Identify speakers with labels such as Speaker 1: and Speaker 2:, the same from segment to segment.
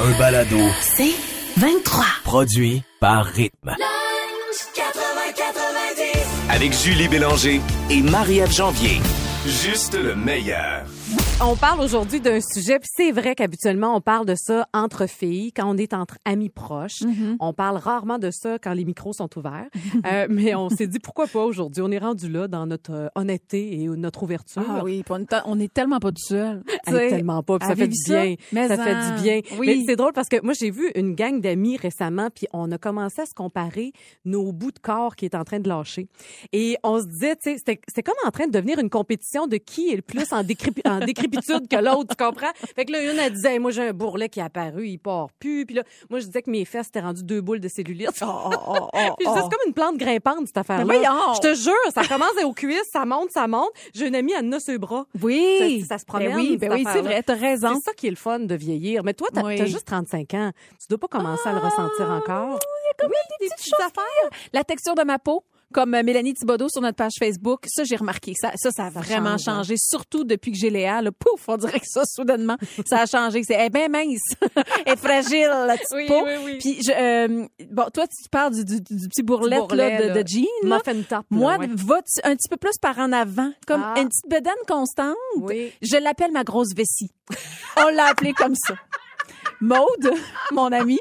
Speaker 1: Un balado
Speaker 2: C'est 23.
Speaker 1: produit par Rythme.
Speaker 3: Avec Julie Bélanger et Marie-Ève Janvier. Juste le meilleur.
Speaker 4: On parle aujourd'hui d'un sujet, puis c'est vrai qu'habituellement, on parle de ça entre filles, quand on est entre amis proches. On parle rarement de ça quand les micros sont ouverts. Euh, mais on s'est dit, pourquoi pas aujourd'hui? On est rendu là dans notre euh, honnêteté et notre ouverture.
Speaker 5: Ah oui, puis on, est- on est tellement pas tout seul.
Speaker 4: Hey, tellement pas, puis ça
Speaker 5: elle
Speaker 4: fait
Speaker 5: vit
Speaker 4: du
Speaker 5: ça,
Speaker 4: bien.
Speaker 5: mais
Speaker 4: Ça
Speaker 5: en-
Speaker 4: fait du bien.
Speaker 5: oui.
Speaker 4: Mais c'est drôle parce que moi, j'ai vu une gang d'amis récemment, puis on a commencé à se comparer nos bouts de corps qui est en train de lâcher. Et on se disait, tu sais, c'était- c'était comme en train de devenir une compétition de qui est le plus en, décrépi- en décrépitude que l'autre, tu comprends? Fait que là, une, elle disait, Hey, moi, j'ai un bourrelet qui est apparu, il part plus. Puis là, moi, je disais que mes fesses étaient rendues deux boules de cellulite.
Speaker 5: Ah,
Speaker 4: Puis je disais, c'est comme une plante grimpante, cette affaire-là.
Speaker 5: Mais Oh, voyons!
Speaker 4: Je te jure, ça commence aux cuisses, ça monte, ça monte. J'ai une amie, elle n'a ce bras.
Speaker 5: Oui.
Speaker 4: Ça- ça se promène,
Speaker 5: Ben oui, ben
Speaker 4: cette
Speaker 5: oui, c'est
Speaker 4: affaire-là.
Speaker 5: vrai, t'as raison.
Speaker 4: C'est ça qui est le fun de vieillir. Mais toi, t'as
Speaker 5: Oui.
Speaker 4: t'as juste 35 ans. Tu dois pas commencer à le ressentir encore.
Speaker 5: comme des, petites choses qui- La texture de ma peau. Comme euh, Mélanie Thibodeau sur notre page Facebook, ça j'ai remarqué, ça, ça ça a vraiment
Speaker 4: change, hein.
Speaker 5: changé, surtout depuis que j'ai Léa, là, pouf, on dirait que ça soudainement, ça a changé, c'est eh ben mince, et fragile la petite
Speaker 4: Oui,
Speaker 5: peau.
Speaker 4: oui, oui.
Speaker 5: Puis je, euh, bon, toi tu parles du, du- du petit bourrelet,
Speaker 4: bourrelet,
Speaker 5: là, de,
Speaker 4: là.
Speaker 5: de jean, là.
Speaker 4: Muffin top. là,
Speaker 5: Moi,
Speaker 4: ouais.
Speaker 5: va tu- un petit peu plus par en avant, comme
Speaker 4: Ah.
Speaker 5: une petite bedaine constante.
Speaker 4: Oui.
Speaker 5: Je l'appelle ma grosse vessie. On l'a appelée comme ça. Maude, mon amie,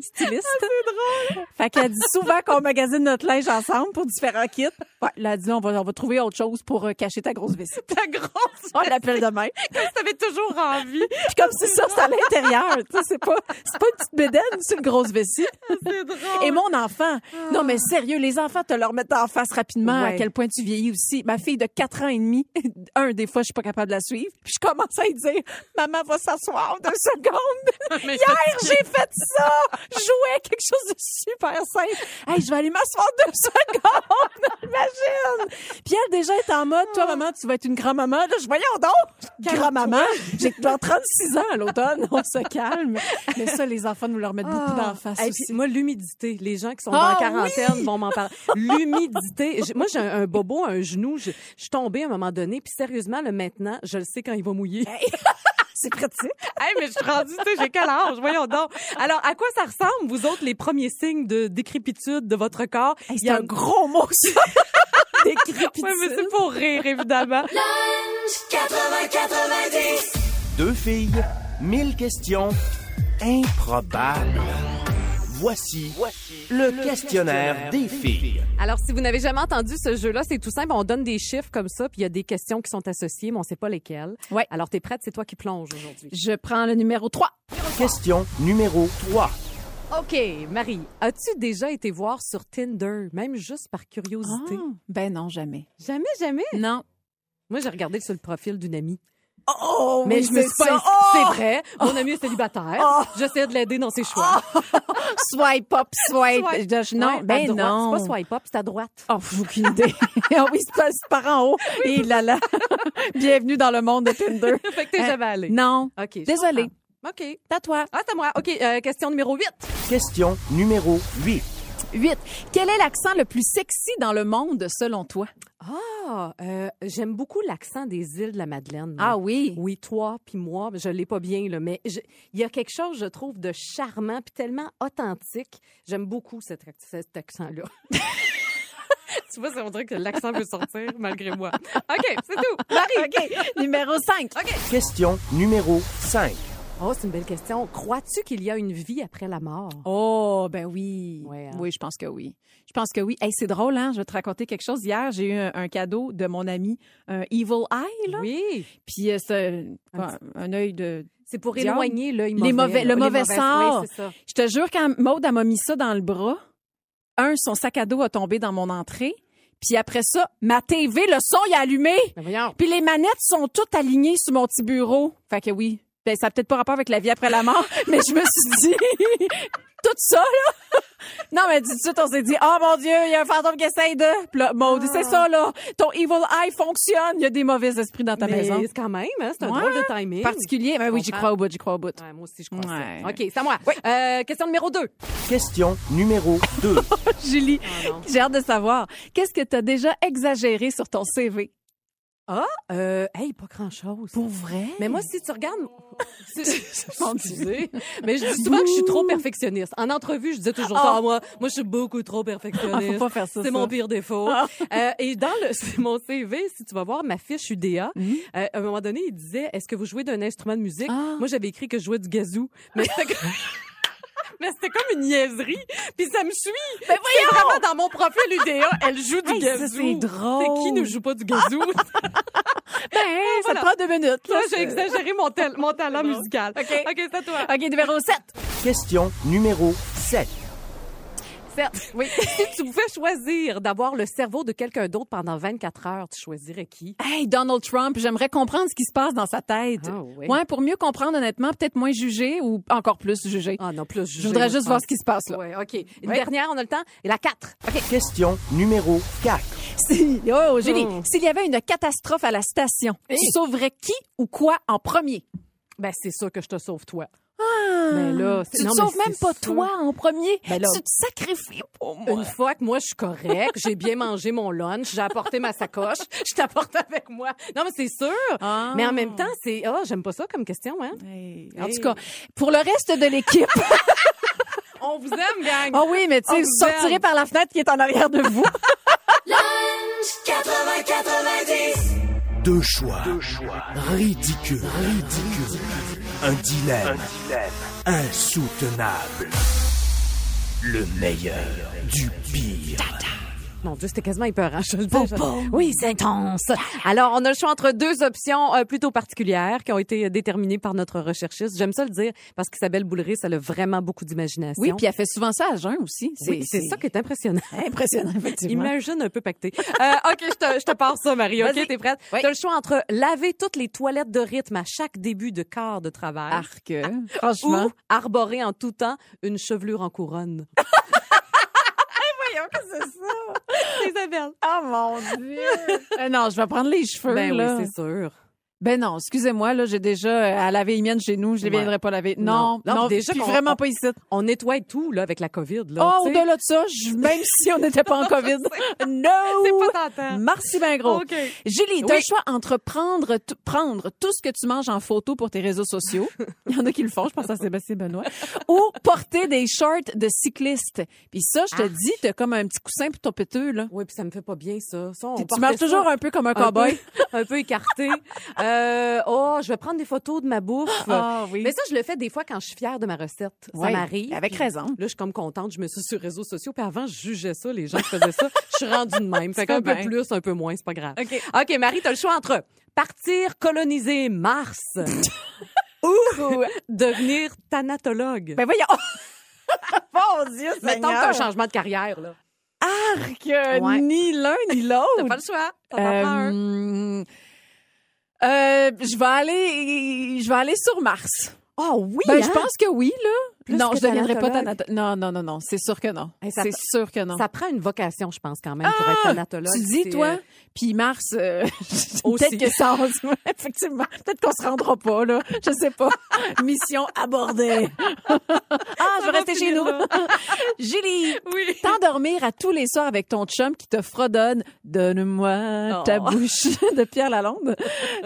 Speaker 5: styliste.
Speaker 4: Ah,
Speaker 5: c'est drôle. Fait qu'elle dit souvent qu'on magasine notre linge ensemble pour différents kits. Ouais, là, elle dit, on va, on va trouver autre chose pour euh, cacher ta grosse vessie.
Speaker 4: ta grosse,
Speaker 5: On l'appelle de même.
Speaker 4: t'avais toujours envie.
Speaker 5: Puis comme c'est ça, c'est à l'intérieur. Tu sais, c'est pas, c'est pas une petite bédaine, c'est une grosse vessie.
Speaker 4: Ah, C'est drôle.
Speaker 5: Et mon enfant. Non, mais sérieux, les enfants te le remettent en face rapidement à
Speaker 4: Ouais.
Speaker 5: quel point tu vieillis aussi. Ma fille de 4 ans et demi, un, des fois, je suis pas capable de la suivre. Puis je commence à lui dire, maman va s'asseoir deux secondes.
Speaker 4: Mais
Speaker 5: Hier, j'ai fait ça! Je Jouais à quelque chose de super simple. Hey, je vais aller m'asseoir deux secondes! Imagine! Puis elle, déjà, est en mode, toi, maman, tu vas être une grand-maman. Là, je voyons donc! Grand-maman! J'ai genre 36 ans à l'automne. On se calme. Mais ça, les enfants nous le remettent beaucoup d'en face
Speaker 4: Et
Speaker 5: aussi.
Speaker 4: Ah. puis, moi, l'humidité, les gens qui sont
Speaker 5: Ah
Speaker 4: en quarantaine vont m'en parler. L'humidité. J'ai- Moi, j'ai un, un bobo, un genou. Je, je suis tombée à un moment donné. Puis sérieusement, le maintenant, je le sais quand il va mouiller.
Speaker 5: C'est pratique.
Speaker 4: Hey, mais je suis rendue, tu sais, j'ai quel âge? Voyons donc. Alors, à quoi ça ressemble, vous autres, les premiers signes de décrépitude de votre corps?
Speaker 5: Hey,
Speaker 4: Il y
Speaker 5: c'est
Speaker 4: a-
Speaker 5: un gros mot, ça. Décrépitude.
Speaker 4: Ouais, mais c'est pour rire, évidemment.
Speaker 3: Deux filles, mille questions improbables. Voici, le, questionnaire des filles.
Speaker 4: Alors, si vous n'avez jamais entendu ce jeu-là, c'est tout simple. On donne des chiffres comme ça, puis il y a des questions qui sont associées, mais on sait pas lesquelles.
Speaker 5: Ouais.
Speaker 4: Alors, t'es prête? C'est toi qui plonge aujourd'hui.
Speaker 5: Je prends le numéro 3.
Speaker 3: Question numéro 3.
Speaker 4: OK, Marie, as-tu déjà été voir sur Tinder, même juste par curiosité?
Speaker 5: Ben non, jamais.
Speaker 4: Jamais, jamais.
Speaker 5: Non.
Speaker 4: Moi, j'ai regardé sur le profil d'une amie.
Speaker 5: Oh,
Speaker 4: Mais
Speaker 5: oui,
Speaker 4: je me
Speaker 5: c'est
Speaker 4: suis pas...
Speaker 5: ça. Oh!
Speaker 4: C'est vrai, mon amie est célibataire. J'essayais de l'aider dans ses choix.
Speaker 5: Swipe up, swipe.
Speaker 4: Swipe.
Speaker 5: Je- Non,
Speaker 4: Ouais, à
Speaker 5: ben
Speaker 4: droite.
Speaker 5: non.
Speaker 4: C'est pas swipe up, c'est à droite.
Speaker 5: Oh, j'ai aucune idée. Ah oui, c'est pas- c'est par en haut. Et là là. Bienvenue dans le monde de Tinder.
Speaker 4: fait que t'es
Speaker 5: Euh,
Speaker 4: jamais allé.
Speaker 5: Non.
Speaker 4: Hein? OK. je
Speaker 5: Désolée.
Speaker 4: comprends. OK. À toi. Ah, c'est à moi. OK. euh, question numéro 8.
Speaker 3: Question numéro 8.
Speaker 5: 8. Quel est l'accent le plus sexy dans le monde selon toi?
Speaker 4: Ah, euh, j'aime beaucoup l'accent des îles de la Madeleine. moi.
Speaker 5: Ah oui.
Speaker 4: Oui, toi puis moi, je l'ai pas bien là, mais je- il y a quelque chose je trouve de charmant puis tellement authentique. J'aime beaucoup cet, ac- cet accent là. tu vois, ça on dirait que l'accent veut sortir malgré moi. OK, c'est tout. Marie.
Speaker 5: OK. Numéro 5.
Speaker 3: Question numéro 5.
Speaker 4: Oh, c'est une belle question. Crois-tu qu'il y a une vie après la mort
Speaker 5: Oh, ben oui.
Speaker 4: Ouais, hein.
Speaker 5: Oui, je pense que oui. Je pense que oui. Hey, c'est drôle, hein? Je vais te raconter quelque chose. Hier, j'ai eu un, un cadeau de mon ami, un Evil Eye, là.
Speaker 4: Oui,
Speaker 5: Puis euh, c'est
Speaker 4: Un
Speaker 5: un, un œil de...
Speaker 4: c'est pour
Speaker 5: Diable.
Speaker 4: éloigner l'œil mauvais,
Speaker 5: Les mauvais-
Speaker 4: là,
Speaker 5: le
Speaker 4: les
Speaker 5: mauvais
Speaker 4: mauvaises-
Speaker 5: sort.
Speaker 4: Oui, c'est ça.
Speaker 5: Je te jure, quand Maude, elle m'a mis ça dans le bras, un, son sac à dos a tombé dans mon entrée. Puis après ça, ma TV, le son, il est allumé.
Speaker 4: Mais voyons.
Speaker 5: Puis les manettes sont toutes alignées sur mon petit bureau. Fait que oui, Ben, ça n'a peut-être pas rapport avec la vie après la mort, mais je me suis dit, tout ça, là. Non, mais tout de suite, on s'est dit, oh mon Dieu, il y a un fantôme qui essaye de. Puis là, Maudit,
Speaker 4: Ah.
Speaker 5: c'est ça, là. Ton evil eye fonctionne. Il y a des mauvais esprits dans ta
Speaker 4: Mais
Speaker 5: maison.
Speaker 4: c'est quand même, hein, c'est un
Speaker 5: Ouais.
Speaker 4: drôle de timing.
Speaker 5: Particulier. Ben oui, j'y
Speaker 4: comprends.
Speaker 5: crois au bout, j'y crois au bout.
Speaker 4: Ouais, moi aussi, je crois
Speaker 5: Ouais.
Speaker 4: ça. OK, c'est à moi. Euh, question numéro 2.
Speaker 2: Question numéro 2.
Speaker 5: Julie,
Speaker 4: Ah, non.
Speaker 5: j'ai hâte de savoir, qu'est-ce que tu as déjà exagéré sur ton CV?
Speaker 4: Euh, hey, pas grand-chose.
Speaker 5: vrai?
Speaker 4: Mais moi, si tu regardes... C'est-
Speaker 5: mon
Speaker 4: Excusez. Mais je dis souvent que je suis trop perfectionniste. En entrevue, je disais toujours ça.
Speaker 5: Ah.
Speaker 4: Ah, moi, moi, je suis beaucoup trop perfectionniste.
Speaker 5: Ah, faut pas faire ça,
Speaker 4: C'est
Speaker 5: ça. Ah.
Speaker 4: mon pire défaut. Euh, et dans le, c'est mon CV, si tu vas voir ma fiche UDA,
Speaker 5: Mhm.
Speaker 4: euh, à un moment donné, il disait Est-ce que vous jouez d'un instrument de musique
Speaker 5: Ah.
Speaker 4: Moi, j'avais écrit que je jouais du gazou. Mais c'était comme- Mais c'était comme une niaiserie. Puis ça me suit.
Speaker 5: Ben
Speaker 4: Mais voyons! vraiment dans mon profil UDA, elle joue du
Speaker 5: Hey, ça,
Speaker 4: gazou.
Speaker 5: c'est drôle.
Speaker 4: C'est qui ne joue pas du gazou?
Speaker 5: Ben, ça te prend deux minutes.
Speaker 4: Là,
Speaker 5: là.
Speaker 4: j'ai exagéré mon, tel- mon talent musical. OK, c'est à toi.
Speaker 5: OK, numéro 7.
Speaker 2: Question numéro 7.
Speaker 4: Certes, oui. si tu pouvais choisir d'avoir le cerveau de quelqu'un d'autre pendant 24 heures, tu choisirais qui?
Speaker 5: Hey, Donald Trump, j'aimerais comprendre ce qui se passe dans sa tête.
Speaker 4: Ah oui.
Speaker 5: Ouais, pour mieux comprendre, honnêtement, peut-être moins juger ou encore plus juger.
Speaker 4: Ah non, plus
Speaker 5: Je voudrais juste voir ce qui se passe, là.
Speaker 4: Oui, OK. Une
Speaker 5: Ouais.
Speaker 4: dernière, on a le temps. Et la 4.
Speaker 2: Question numéro 4.
Speaker 5: Si, oh, Julie,
Speaker 4: Oh.
Speaker 5: s'il y avait une catastrophe à la station, tu sauverais qui ou quoi en premier?
Speaker 4: Ben, c'est sûr que je te sauve, toi. Ben là, c'est-
Speaker 5: tu ne
Speaker 4: non, mais
Speaker 5: sauves même
Speaker 4: c'est
Speaker 5: pas
Speaker 4: sûr.
Speaker 5: toi en premier.
Speaker 4: Ben là-
Speaker 5: tu te sacrifies pour moi.
Speaker 4: Une fois que moi, je suis correcte, j'ai bien mangé mon lunch, j'ai apporté ma sacoche, je t'apporte avec moi. Non, mais c'est sûr.
Speaker 5: Ah.
Speaker 4: Mais en même temps, c'est... Ah, j'aime pas ça comme question, hein?
Speaker 5: En tout cas, pour le reste de l'équipe.
Speaker 4: On vous aime, gang!
Speaker 5: Ah oui, mais tu
Speaker 4: On
Speaker 5: sais, Ben. vous
Speaker 4: vous aime.
Speaker 5: sortirez par la fenêtre qui est en arrière de vous.
Speaker 2: Deux choix. Ridicule. Ridicule. Un dilemme. Insoutenable. Le meilleur du pire.
Speaker 4: Mon Dieu, c'était quasiment épeurant. Je le dis, je- Oui, c'est intense. Alors, on a le choix entre deux options euh, plutôt particulières qui ont été euh, déterminées par notre recherchiste. J'aime ça le dire parce qu'Isabelle Boulris, elle a vraiment beaucoup d'imagination.
Speaker 5: Oui, puis elle fait souvent ça à jeun aussi.
Speaker 4: Oui, c'est ça qui est impressionnant.
Speaker 5: impressionnant, effectivement.
Speaker 4: Imagine un peu pacté. Euh, OK, je te, je te pars ça, Marie. OK,
Speaker 5: Vas-y.
Speaker 4: t'es prête?
Speaker 5: Oui.
Speaker 4: T'as le choix entre laver toutes les toilettes de rythme à chaque début de quart de travail
Speaker 5: Arc, euh,
Speaker 4: ou
Speaker 5: franchement.
Speaker 4: arborer en tout temps une chevelure en couronne.
Speaker 5: Voyons que c'est ça.
Speaker 4: Isabelle.
Speaker 5: Oh mon Dieu. non, je vais prendre les cheveux.
Speaker 4: Ben
Speaker 5: là.
Speaker 4: oui, c'est sûr.
Speaker 5: Ben non, excusez-moi, là, j'ai déjà euh, à laver les miennes chez nous, je les
Speaker 4: Ouais.
Speaker 5: viendrai pas laver. Non,
Speaker 4: Non.
Speaker 5: non,
Speaker 4: Non, déjà
Speaker 5: puis
Speaker 4: qu'on-
Speaker 5: vraiment
Speaker 4: on-
Speaker 5: pas ici.
Speaker 4: On nettoie tout là avec la COVID là.
Speaker 5: Oh,
Speaker 4: tu sais.
Speaker 5: au-delà de là, ça, je- même si on n'était pas en COVID. no!
Speaker 4: C'est pas tentant.
Speaker 5: Merci ben gros.
Speaker 4: OK.
Speaker 5: Julie, t'as
Speaker 4: Oui.
Speaker 5: le choix entre prendre, t- prendre tout ce que tu manges en photo pour tes réseaux sociaux. Il y en a qui le font, je pense à Sébastien Benoît. ou porter des shorts de cycliste. Puis ça,
Speaker 4: Ah.
Speaker 5: je te dis, t'as comme un petit coussin pour ton péteux, là.
Speaker 4: Oui, puis ça me fait pas bien ça. Ça, on
Speaker 5: Tu
Speaker 4: portait
Speaker 5: marches
Speaker 4: ça
Speaker 5: toujours un peu comme un
Speaker 4: un
Speaker 5: cowboy.
Speaker 4: peu- un peu écarté. Euh, oh, je vais prendre des photos de ma bouffe.
Speaker 5: Ah oui.
Speaker 4: Mais ça, je le fais des fois quand je suis fière de ma recette. Ça
Speaker 5: Ouais,
Speaker 4: m'arrive.
Speaker 5: avec
Speaker 4: Puis
Speaker 5: raison.
Speaker 4: Là, je suis comme contente. Je me suis sur les réseaux sociaux. Puis avant, je jugeais ça. Les gens qui faisaient ça. Je suis rendue de même. Fait
Speaker 5: C'est
Speaker 4: qu'un
Speaker 5: pas
Speaker 4: peu
Speaker 5: bien.
Speaker 4: plus, un peu moins. C'est pas grave.
Speaker 5: OK.
Speaker 4: OK, Marie, t'as le choix entre partir coloniser Mars ou devenir thanatologue.
Speaker 5: Ben voyons. Mon Dieu,
Speaker 4: Mettons que t'as un changement de carrière, là.
Speaker 5: Arc, euh,
Speaker 4: Ouais.
Speaker 5: ni l'un ni
Speaker 4: T'as pas
Speaker 5: l'autre.
Speaker 4: le choix. T'en prends un.
Speaker 5: Oh. Euh, euh, je vais aller, je vais aller sur Mars.
Speaker 4: Oh oui,
Speaker 5: Ben,
Speaker 4: hein?
Speaker 5: je pense que oui là.
Speaker 4: Plus
Speaker 5: non,
Speaker 4: que
Speaker 5: je deviendrai pas
Speaker 4: thanatologue.
Speaker 5: thanatologue. Non, non, non, non, c'est sûr que non.
Speaker 4: Hey, ça-
Speaker 5: c'est sûr que non.
Speaker 4: Ça prend une vocation, je pense, quand même, pour être thanatologue.
Speaker 5: Ah! tu
Speaker 4: C'est,
Speaker 5: dis toi,
Speaker 4: euh,
Speaker 5: puis Mars, euh,
Speaker 4: Aussi.
Speaker 5: peut-être que ça, on- effectivement, peut-être qu'on se rendra pas là. Je sais pas. Mission abordée. ah, je vais
Speaker 4: va
Speaker 5: rester chez
Speaker 4: finir
Speaker 5: nous. Julie,
Speaker 4: Oui.
Speaker 5: T'endormir à tous les soirs avec ton chum qui te fredonne Donne-moi ta
Speaker 4: Oh.
Speaker 5: bouche de Pierre Lalonde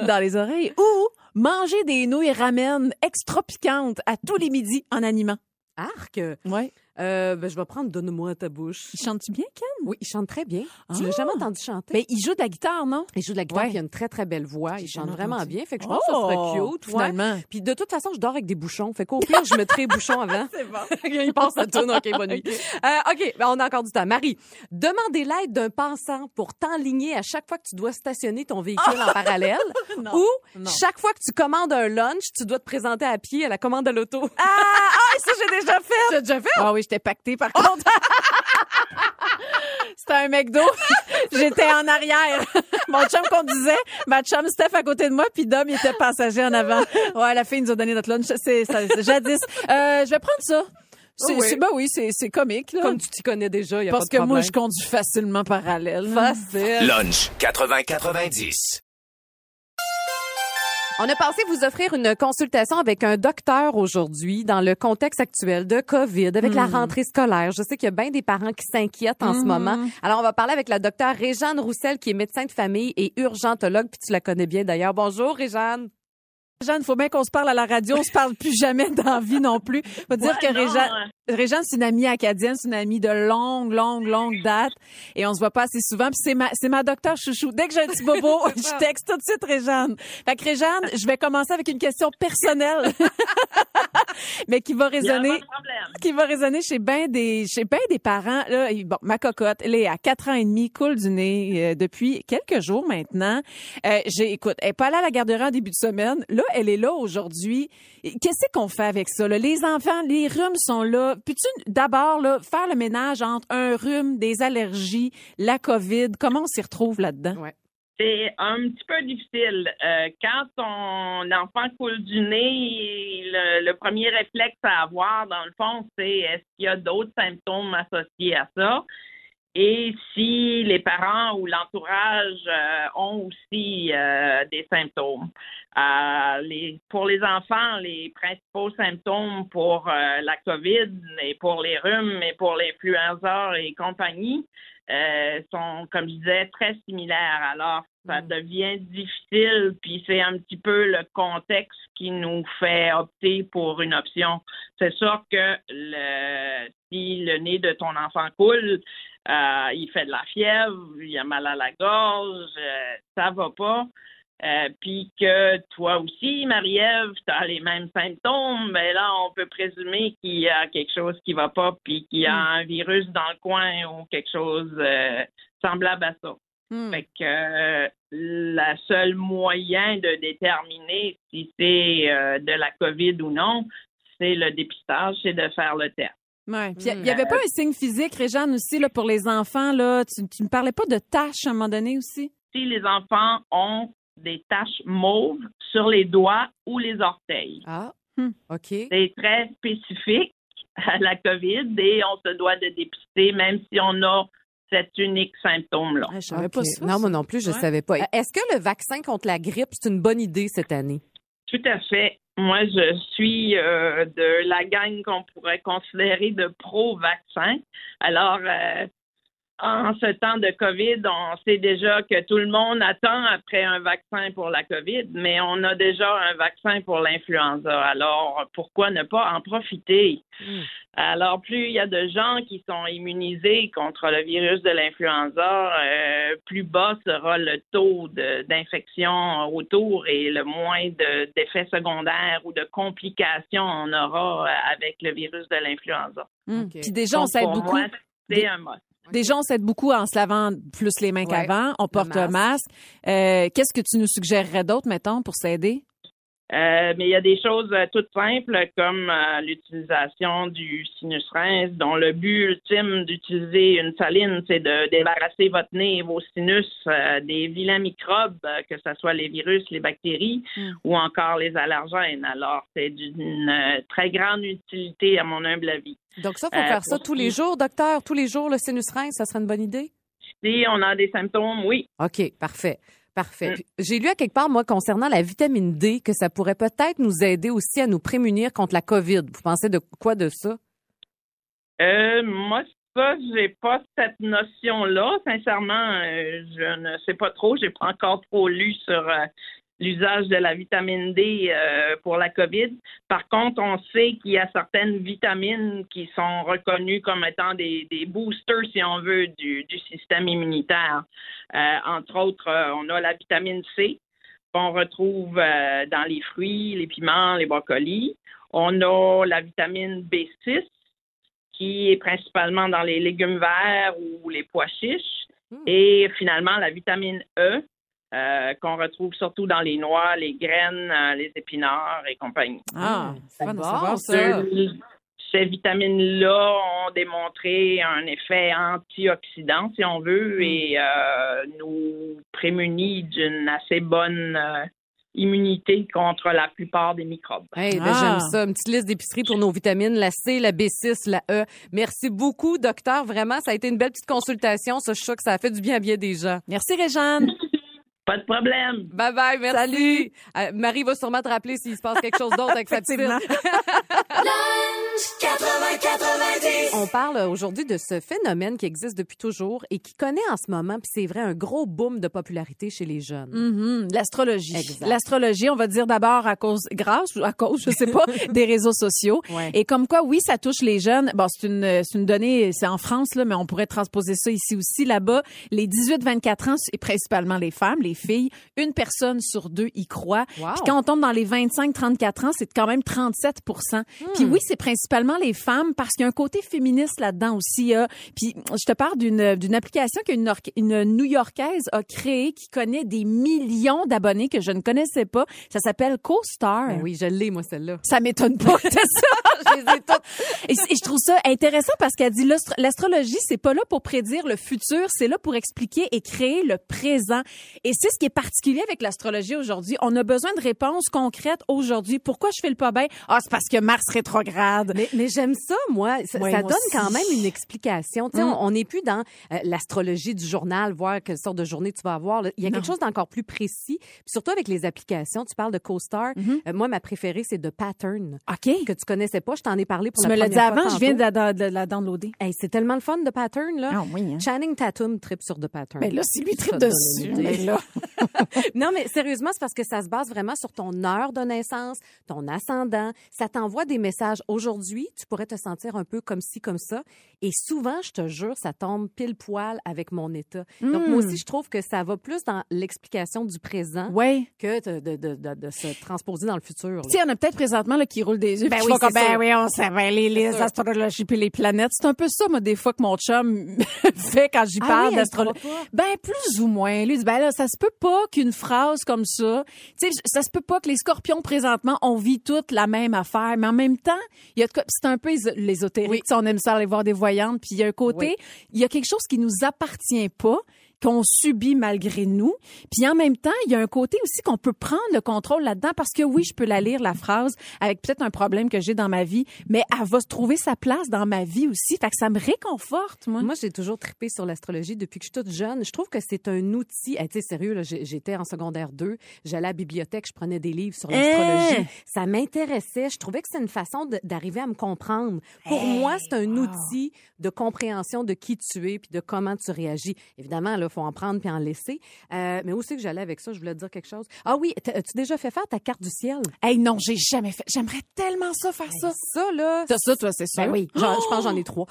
Speaker 5: dans les oreilles ou manger des nouilles ramen extra piquantes à tous les midis en animant.
Speaker 4: Arc, euh,
Speaker 5: Ouais.
Speaker 4: ben, je vais prendre Donne-moi ta bouche.
Speaker 5: Il chante-tu bien, Ken?
Speaker 4: Oui, il chante très bien. Tu
Speaker 5: Ah.
Speaker 4: l'as jamais entendu chanter?
Speaker 5: Ben, il joue de la guitare, non?
Speaker 4: il joue de la guitare,
Speaker 5: Ouais.
Speaker 4: puis il a une très, très belle voix.
Speaker 5: J'ai
Speaker 4: Il chante
Speaker 5: jamais
Speaker 4: vraiment
Speaker 5: entendu.
Speaker 4: bien. Fait que je pense que ça serait cute. ouais.
Speaker 5: Oh, Finalement.
Speaker 4: Oh, Puis de toute façon, je dors avec des bouchons. Fait qu'au pire, je mettrai les bouchons avant. C'est bon. il passe la tourne. OK, bonne nuit. Euh, OK, ben, on a encore du temps. Marie, demander l'aide d'un pensant pour t'enligner à chaque fois que tu dois stationner ton véhicule en parallèle.
Speaker 5: Non.
Speaker 4: Ou
Speaker 5: Non.
Speaker 4: chaque fois que tu commandes un lunch, tu dois te présenter à pied à la commande de l'auto.
Speaker 5: Ah, ah, ça, j'ai déjà fait. J'ai déjà fait? Ah oui, j'étais pactée, par contre. C'était un McDo. J'étais en arrière. Mon chum qu'on disait, ma chum Steph à côté de moi, puis Dom, il était passager en avant. Ouais, la fille nous a donné notre lunch. C'est ça, c'est jadis. Euh, je vais prendre ça. C'est,
Speaker 4: Ah oui.
Speaker 5: c'est- ben oui, c'est, c'est comique, là.
Speaker 4: Comme tu t'y connais déjà, il y a
Speaker 5: Parce
Speaker 4: pas de
Speaker 5: que moi,
Speaker 4: problème.
Speaker 5: je conduis facilement parallèle.
Speaker 4: Facile.
Speaker 3: Lunch 80-90.
Speaker 4: On a pensé vous offrir une consultation avec un docteur aujourd'hui dans le contexte actuel de COVID, avec la rentrée scolaire. Je sais qu'il y a bien des parents qui s'inquiètent en ce moment. Alors, on va parler avec la docteure Réjeanne Roussel, qui est médecin de famille et urgentologue, puis tu la connais bien d'ailleurs. Bonjour, Réjeanne.
Speaker 5: Réjeanne, faut bien qu'on se parle à la radio. On se parle plus jamais dans la vie non plus. Faut dire que Réjeanne, Réjeanne, c'est une amie acadienne, c'est une amie de longue, longue, longue date. Et on se voit pas assez souvent. Puis c'est ma, c'est ma docteur chouchou. Dès que j'ai un petit bobo, je texte tout de suite Réjeanne. Fait que Réjeanne, je vais commencer avec une question personnelle. Mais qui va résonner, qui va résonner chez ben des, chez ben des parents, là. Et Bon, ma cocotte, elle est à quatre ans et demi, coule du nez, euh, depuis quelques jours maintenant. Euh, j'ai, écoute, elle est pas là à la garderie en début de semaine. Là, elle est là aujourd'hui. Et Qu'est-ce qu'on fait avec ça? Là? Les enfants, les rhumes sont là. Puis-tu d'abord là, faire le ménage entre un rhume, des allergies, la COVID? Comment on s'y retrouve là-dedans?
Speaker 6: C'est un petit peu difficile. Euh, quand ton enfant coule du nez, le, le premier réflexe à avoir, dans le fond, c'est est-ce qu'il y a d'autres symptômes associés à ça? Et si les parents ou l'entourage euh, ont aussi euh, des symptômes. Euh, les- pour les enfants, les principaux symptômes pour euh, la COVID et pour les rhumes et pour l'influenza et compagnie, euh, sont, comme je disais, très similaires. Alors, ça devient difficile, puis c'est un petit peu le contexte qui nous fait opter pour une option. C'est sûr que le, si le nez de ton enfant coule, euh, il fait de la fièvre, il a mal à la gorge, euh, ça va pas. Euh, puis que toi aussi, Marie-Ève, tu as les mêmes symptômes, mais là, on peut présumer qu'il y a quelque chose qui va pas, puis qu'il y a un virus dans le coin ou quelque chose euh, semblable à ça.
Speaker 5: Hmm.
Speaker 6: Fait que euh, la seule moyen de déterminer si c'est euh, de la COVID ou non, c'est le dépistage, c'est de faire le test.
Speaker 5: Ouais. Puis il y avait pas un signe physique, Réjeanne, aussi, là, pour les enfants, là. Tu, tu me parlais pas de tâches à un moment donné aussi?
Speaker 6: Si les enfants ont des taches mauves sur les doigts ou les orteils.
Speaker 4: Ah,
Speaker 5: Hmm.
Speaker 4: OK.
Speaker 6: C'est très spécifique à la COVID et on se doit de dépister même si on a cet unique symptôme-là.
Speaker 5: Ah, je savais pas
Speaker 4: Ok.
Speaker 5: ça.
Speaker 4: non, moi non plus, je
Speaker 5: Ouais.
Speaker 4: savais pas. Est-ce que le vaccin contre la grippe, c'est une bonne idée cette année?
Speaker 6: Tout à fait. Moi, je suis euh, de la gang qu'on pourrait considérer de pro-vaccin. Alors, euh, en ce temps de COVID, on sait déjà que tout le monde attend après un vaccin pour la COVID, mais on a déjà un vaccin pour l'influenza. Alors, pourquoi ne pas en profiter? Alors, plus il y a de gens qui sont immunisés contre le virus de l'influenza, euh, plus bas sera le taux de- d'infection autour et le moins de- d'effets secondaires ou de complications on aura euh, avec le virus de l'influenza.
Speaker 5: Hmm.
Speaker 4: Ok.
Speaker 5: Puis déjà, on
Speaker 6: Donc,
Speaker 5: s'aide
Speaker 6: pour
Speaker 5: beaucoup.
Speaker 6: moi, c'est un must.
Speaker 5: Déjà, on s'aide beaucoup en se lavant plus les mains
Speaker 4: Ouais.
Speaker 5: qu'avant. On porte un masque. Euh, Qu'est-ce que tu nous suggérerais d'autre, mettons, pour s'aider?
Speaker 6: Euh, mais il y a des choses euh, toutes simples comme euh, l'utilisation du sinus rince, dont le but ultime d'utiliser une saline, c'est de débarrasser votre nez et vos sinus euh, des vilains microbes, euh, que ce soit les virus, les bactéries
Speaker 5: Mm.
Speaker 6: ou encore les allergènes. Alors, c'est d'une euh, très grande utilité à mon humble avis.
Speaker 4: Donc ça, faut
Speaker 6: Euh,
Speaker 4: faire ça
Speaker 6: pour
Speaker 4: tous
Speaker 6: qui?
Speaker 4: les jours, docteur, tous les jours, le sinus rein, ça serait une bonne idée?
Speaker 6: Si on a des symptômes, oui,
Speaker 4: OK, parfait. Parfait.
Speaker 5: Euh.
Speaker 6: Mm.
Speaker 4: Puis, J'ai lu à quelque part, moi, concernant la vitamine D, que ça pourrait peut-être nous aider aussi à nous prémunir contre la COVID. Vous pensez de quoi de ça?
Speaker 6: Euh, moi, ça, j'ai pas cette notion-là. Sincèrement, euh, je ne sais pas trop. J'ai pas encore trop lu sur euh, l'usage de la vitamine D euh, pour la COVID. Par contre, on sait qu'il y a certaines vitamines qui sont reconnues comme étant des, des boosters, si on veut, du, du système immunitaire. Euh, entre autres, euh, on a la vitamine C qu'on retrouve euh, dans les fruits, les piments, les brocolis. On a la vitamine B6 qui est principalement dans les légumes verts ou les pois chiches. Et finalement, la vitamine E, euh, qu'on retrouve surtout dans les noix, les graines, euh, les épinards et compagnie.
Speaker 4: Hmm.
Speaker 5: Ah,
Speaker 4: c'est
Speaker 5: fun à
Speaker 4: bon,
Speaker 5: savoir ça.
Speaker 6: Sur- ces vitamines-là ont démontré un effet antioxydant, si on veut, et euh, nous prémunit d'une assez bonne euh, immunité contre la plupart des microbes.
Speaker 4: Hey, ben,
Speaker 5: Ah.
Speaker 4: J'aime ça. Une petite liste d'épicerie pour nos vitamines, la C, la B6, la E. Merci beaucoup, docteur. Vraiment, ça a été une belle petite consultation. Ça, je suis sûre que ça a fait du bien à bien des gens.
Speaker 5: Merci, Réjeanne.
Speaker 6: Pas de problème.
Speaker 4: Bye bye, merci. Euh, Marie va sûrement te rappeler s'il se passe quelque chose d'autre avec sa petite.
Speaker 5: Effectivement.
Speaker 4: On parle aujourd'hui de ce phénomène qui existe depuis toujours et qui connaît en ce moment, puis c'est vrai, un gros boom de popularité chez les jeunes.
Speaker 5: Mhm, L'astrologie.
Speaker 4: Exact.
Speaker 5: L'astrologie, on va dire d'abord à cause, grâce ou à cause, je sais pas, des réseaux sociaux.
Speaker 4: Ouais.
Speaker 5: Et comme quoi, oui, ça touche les jeunes. Bon, c'est une, euh, c'est une donnée, c'est en France, là, mais on pourrait transposer ça ici aussi. Là-bas, les 18-24 ans, et principalement les femmes, les filles, une personne sur deux y croit.
Speaker 4: Wow.
Speaker 5: Puis quand on tombe dans les 25-34 ans, c'est quand même 37 Puis
Speaker 4: Hmm.
Speaker 5: oui, c'est principalement les femmes parce qu'il y a un côté féministe là-dedans aussi. il y a- Puis je te parle d'une d'une application qu'une Or- une New-Yorkaise a créée qui connaît des millions d'abonnés que je ne connaissais pas. Ça s'appelle CoStar.
Speaker 4: Ben oui, je l'ai, moi, celle-là.
Speaker 5: Ça m'étonne pas que t'aies ça. Je les ai toutes. Et, c- et je trouve ça intéressant parce qu'elle dit l'astro- l'astrologie, c'est pas là pour prédire le futur, c'est là pour expliquer et créer le présent. Et c'est ce qui est particulier avec l'astrologie aujourd'hui. On a besoin de réponses concrètes aujourd'hui. Pourquoi je fais le pas bien? Ah, c'est parce que Mars rétrograde.
Speaker 4: Mais, mais j'aime ça, moi. Ça,
Speaker 5: Ouais,
Speaker 4: ça
Speaker 5: moi
Speaker 4: donne
Speaker 5: aussi.
Speaker 4: quand même une explication. Tu sais,
Speaker 5: Mm.
Speaker 4: On on n'est plus dans euh, l'astrologie du journal, voir quelle sorte de journée tu vas avoir. là. Il y a quelque chose d'encore plus précis. Puis surtout avec les applications, tu parles de CoStar. Euh, moi, ma préférée, c'est de Pattern,
Speaker 5: Mm-hmm. OK.
Speaker 4: que tu connaissais pas. Je t'en ai parlé pour
Speaker 5: Tu
Speaker 4: la
Speaker 5: me l'as
Speaker 4: première
Speaker 5: dit avant,
Speaker 4: fois
Speaker 5: je viens de
Speaker 4: tantôt.
Speaker 5: la, de la- de la downloader.
Speaker 4: Hey, c'est tellement le fun de Pattern, là.
Speaker 5: Ah oui, hein.
Speaker 4: Channing Tatum trip sur de Pattern.
Speaker 5: Mais Ben là, si lui
Speaker 4: Ça
Speaker 5: tripe
Speaker 4: te donne une
Speaker 5: dessus,
Speaker 4: idée.
Speaker 5: mais là.
Speaker 4: Non, mais sérieusement, c'est parce que ça se base vraiment sur ton heure de naissance, ton ascendant. Ça t'envoie des messages. Aujourd'hui, tu pourrais te sentir un peu comme ci, comme ça. Et souvent, je te jure, ça tombe pile poil avec mon état. Donc,
Speaker 5: Hmm.
Speaker 4: moi aussi, je trouve que ça va plus dans l'explication du présent
Speaker 5: Ouais.
Speaker 4: que de, de- de- de- de se transposer dans le futur. là.
Speaker 5: Tu sais, il y en a peut-être présentement là, qui roulent des yeux.
Speaker 4: Ben
Speaker 5: puis qui
Speaker 4: oui,
Speaker 5: font comme,
Speaker 4: c'est
Speaker 5: ben
Speaker 4: sûr.
Speaker 5: oui, on savait les, les
Speaker 4: sûr.
Speaker 5: astrologies puis les planètes. C'est un peu ça, moi, des fois, que mon chum fait quand j'y
Speaker 4: Ah
Speaker 5: parle
Speaker 4: oui, elle
Speaker 5: d'astrologie.
Speaker 4: croit pas.
Speaker 5: Ben, plus ou moins. Lui, il dit, ben là, ça se peut pas qu'une phrase comme ça, tu sais, ça se peut pas que les scorpions, présentement, on vit toutes la même affaire. Mais en même temps, il y a de quoi- c'est un peu éso- l'ésotérique.
Speaker 4: Oui.
Speaker 5: Tu sais, On aime ça aller voir des voyantes. Puis il y a un côté, il y a quelque chose qui nous appartient pas qu'on subit malgré nous. Puis en même temps, il y a un côté aussi qu'on peut prendre le contrôle là-dedans parce que oui, je peux la lire, la phrase, avec peut-être un problème que j'ai dans ma vie, mais elle va se trouver sa place dans ma vie aussi. Fait que ça me réconforte, moi.
Speaker 4: Moi, j'ai toujours trippé sur l'astrologie depuis que je suis toute jeune. Je trouve que c'est un outil. Eh, tu sais, sérieux, là, j'ai- j'étais en secondaire 2, j'allais à la bibliothèque, je prenais des livres sur l'astrologie. Ça m'intéressait. Je trouvais que c'est une façon de- d'arriver à me comprendre. Pour moi, c'est un outil de compréhension de qui tu es puis de comment tu réagis. Évidemment, là, faut en prendre puis en laisser. Euh, mais où c'est que j'allais avec ça? Je voulais te dire quelque chose. Ah oui, t'as- as-tu déjà fait faire ta carte du ciel?
Speaker 5: Hey, non, j'ai jamais fait. J'aimerais tellement ça faire Ben, ça.
Speaker 4: Ça, là...
Speaker 5: T'as ça, toi, c'est sûr?
Speaker 4: Ben oui, j'en- je pense que j'en ai trois.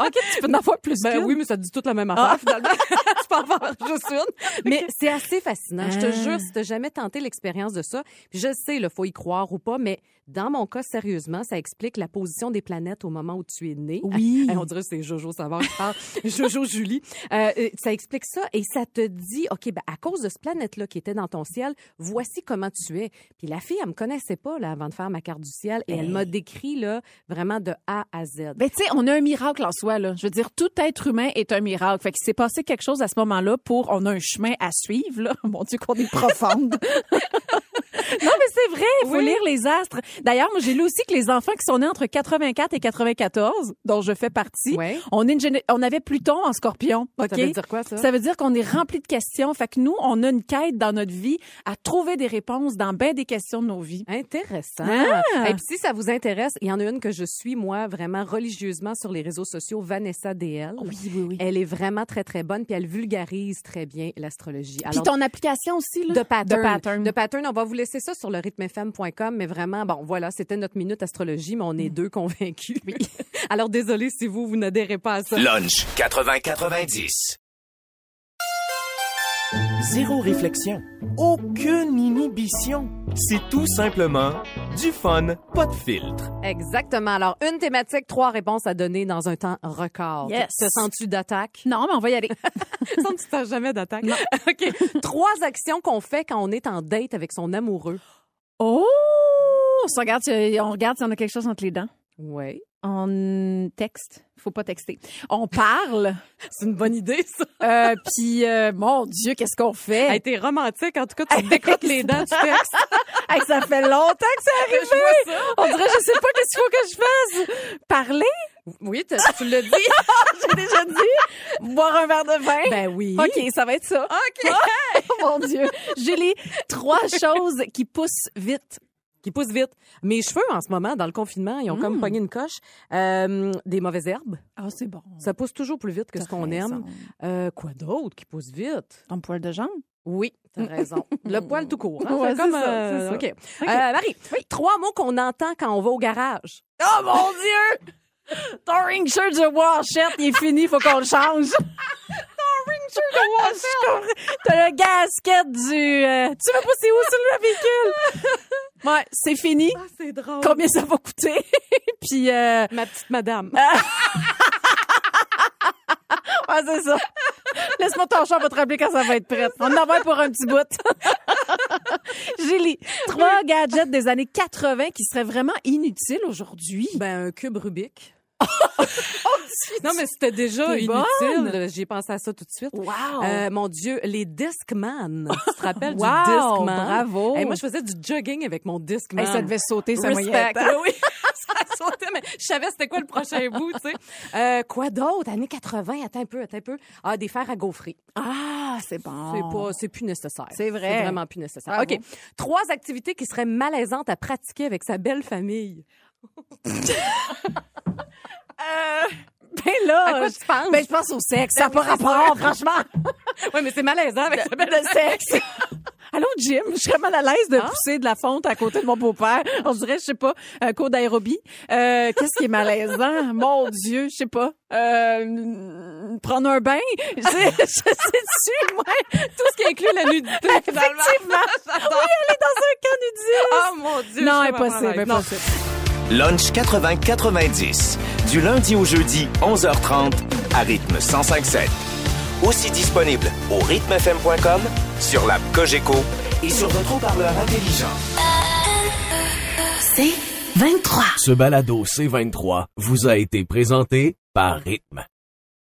Speaker 5: OK, tu peux en avoir plus
Speaker 4: Ben
Speaker 5: qu'une.
Speaker 4: oui, mais ça te dit toute la même affaire, finalement. tu peux en avoir juste une. Ah. Ah. Mais c'est assez fascinant. Je te jure, si t'as jamais tenté l'expérience de ça, puis je sais, il faut y croire ou pas, mais dans mon cas, sérieusement, ça explique la position des planètes au moment où tu es né.
Speaker 5: Oui.
Speaker 4: Hey, on dirait que c'est Jojo Savard qui parle. Jojo Julie. Euh, euh, ça explique ça et ça te dit, OK, ben, à cause de ce planète-là qui était dans ton ciel, voici comment tu es. Puis la fille, elle me connaissait pas là, avant de faire ma carte du ciel et elle m'a décrit là, vraiment de A à Z.
Speaker 5: Ben, tu sais, on a un miracle en soi, là. Je veux dire, tout être humain est un miracle. Fait qu'il s'est passé quelque chose à ce moment-là pour, on a un chemin à suivre, là. Mon Dieu, qu'on est profonde. non, mais c'est vrai, il faut
Speaker 4: Oui.
Speaker 5: lire les astres. D'ailleurs, moi, j'ai lu aussi que les enfants qui sont nés entre 84 et 94, dont je fais partie,
Speaker 4: Ouais.
Speaker 5: on, est une géné- on avait Pluton en scorpion. OK?
Speaker 4: Ça veut dire quoi, ça?
Speaker 5: Ça veut dire qu'on est rempli de questions. Fait que nous, on a une quête dans notre vie à trouver des réponses dans bien des questions de nos vies.
Speaker 4: Intéressant.
Speaker 5: Ah!
Speaker 4: Et puis si ça vous intéresse, il y en a une que je suis moi vraiment religieusement sur les réseaux sociaux, Vanessa DL.
Speaker 5: oui, oui.
Speaker 4: Elle est vraiment très très bonne puis elle vulgarise très bien l'astrologie.
Speaker 5: Puis
Speaker 4: Alors
Speaker 5: ton application aussi, là.
Speaker 4: de pattern.
Speaker 5: De pattern.
Speaker 4: De pattern, on va vous laisser ça sur le rythmefm.com, mais vraiment, bon, voilà, c'était notre minute astrologie, mais on est deux convaincus. Alors, désolé si vous, vous n'adhérez pas à ça.
Speaker 3: Lunch 80-90.
Speaker 2: Zéro réflexion. Aucune inhibition. C'est tout simplement du fun, pas de filtre.
Speaker 4: Exactement. Alors, une thématique, trois réponses à donner dans un temps record.
Speaker 5: Yes.
Speaker 4: Te sens-tu d'attaque?
Speaker 5: Non, mais on va y aller.
Speaker 4: semble que tu t'as jamais d'attaque. OK. Trois actions qu'on fait quand on est en date avec son amoureux.
Speaker 5: Oh! On se regarde, si- on regarde si on a quelque chose entre les dents.
Speaker 4: Oui.
Speaker 5: On texte. Faut pas texter. On parle.
Speaker 4: C'est une bonne idée, ça.
Speaker 5: Euh, Puis, euh, mon Dieu, qu'est-ce qu'on fait?
Speaker 4: Hey, t'es romantique. En tout cas, tu te décotes les dents du texte.
Speaker 5: Hey, ça fait longtemps que c'est arrivé. On dirait, je sais pas qu'est-ce qu'il faut que je fasse. Parler?
Speaker 4: Oui, t'as- tu l'as dit.
Speaker 5: J'ai déjà dit. Boire un verre de vin.
Speaker 4: ben oui.
Speaker 5: OK, ça va être ça. OK. mon Dieu. Julie, trois choses qui poussent vite.
Speaker 4: Qui pousse vite. Mes cheveux, en ce moment, dans le confinement, ils ont
Speaker 5: Mm.
Speaker 4: comme pogné une coche. Euh, des mauvaises herbes.
Speaker 5: Ah, c'est bon.
Speaker 4: Ça pousse toujours plus vite que ce qu'on aime. Euh, quoi d'autre qui pousse vite?
Speaker 5: Ton poil de jambe?
Speaker 4: Oui, t'as raison. Le poil tout court. hein?
Speaker 5: Ouais,
Speaker 4: c'est comme
Speaker 5: c'est ça,
Speaker 4: euh,
Speaker 5: c'est ça.
Speaker 4: OK. Euh, Marie, trois mots qu'on entend quand on va au garage.
Speaker 5: Oh mon Dieu! Ton ring shirt de Washette, il est fini, faut qu'on le change. Ton ring shirt de Washette! T'as le gasket du. euh, tu veux pousser où sur le véhicule? Ouais, c'est fini.
Speaker 4: c'est drôle.
Speaker 5: Combien ça va coûter? Puis, euh,
Speaker 4: Ma petite madame.
Speaker 5: ouais, c'est ça. Laisse-moi ton char, on va te rappeler quand ça va être prêt. On en va pour un petit bout. Julie, trois gadgets des années 80 qui seraient vraiment inutiles aujourd'hui.
Speaker 4: Ben, un cube Rubik. non, mais c'était déjà
Speaker 5: T'es
Speaker 4: inutile.
Speaker 5: bonne.
Speaker 4: J'ai pensé à ça tout de suite.
Speaker 5: Ben, Wow!
Speaker 4: Euh, mon Dieu, les Discman. Tu te rappelles
Speaker 5: Wow,
Speaker 4: du Discman?
Speaker 5: bravo.
Speaker 4: Hey, moi, je faisais du jogging avec mon Discman.
Speaker 5: Hey, ça devait sauter, ça
Speaker 4: Respect. Oui, oui. ça sautait, mais je savais c'était quoi le prochain bout, tu sais. Euh, quoi d'autre? Années 80, attends un peu, attends un peu. Ah, des fers à gaufrer.
Speaker 5: Ah, c'est bon.
Speaker 4: C'est pas, c'est plus nécessaire.
Speaker 5: C'est vrai.
Speaker 4: C'est vraiment plus nécessaire.
Speaker 5: Bravo.
Speaker 4: OK. Trois activités qui seraient malaisantes à pratiquer avec sa belle famille.
Speaker 5: Ben là,
Speaker 4: À quoi
Speaker 5: je-
Speaker 4: tu penses?
Speaker 5: ben je pense au sexe, ça n'a pas rapport, franchement.
Speaker 4: Oui, mais c'est malaisant avec sa belle
Speaker 5: Le sexe. Allô, Jim, je serais mal à l'aise
Speaker 4: Ah.
Speaker 5: de pousser de la fonte à côté de mon beau-père. On dirait, je sais pas, un cours d'aérobie. Euh, Qu'est-ce qui est malaisant? Mon Dieu, je sais pas. Euh, prendre un bain? Je sais, je sais-tu, moi?
Speaker 4: Tout ce qui inclut la nudité, finalement.
Speaker 5: Effectivement. Oui, elle est dans un camp nudiste.
Speaker 4: Oh mon Dieu.
Speaker 5: non,
Speaker 4: je suis
Speaker 5: impossible,
Speaker 4: pas mal.
Speaker 5: impossible.
Speaker 3: Lunch 80-90. Du lundi au jeudi, 11h30, à rythme 105.7. Aussi disponible au rythmefm.com, sur l'app Cogeco et sur votre haut-parleur intelligent.
Speaker 1: Ce balado C23 vous a été présenté par Rythme.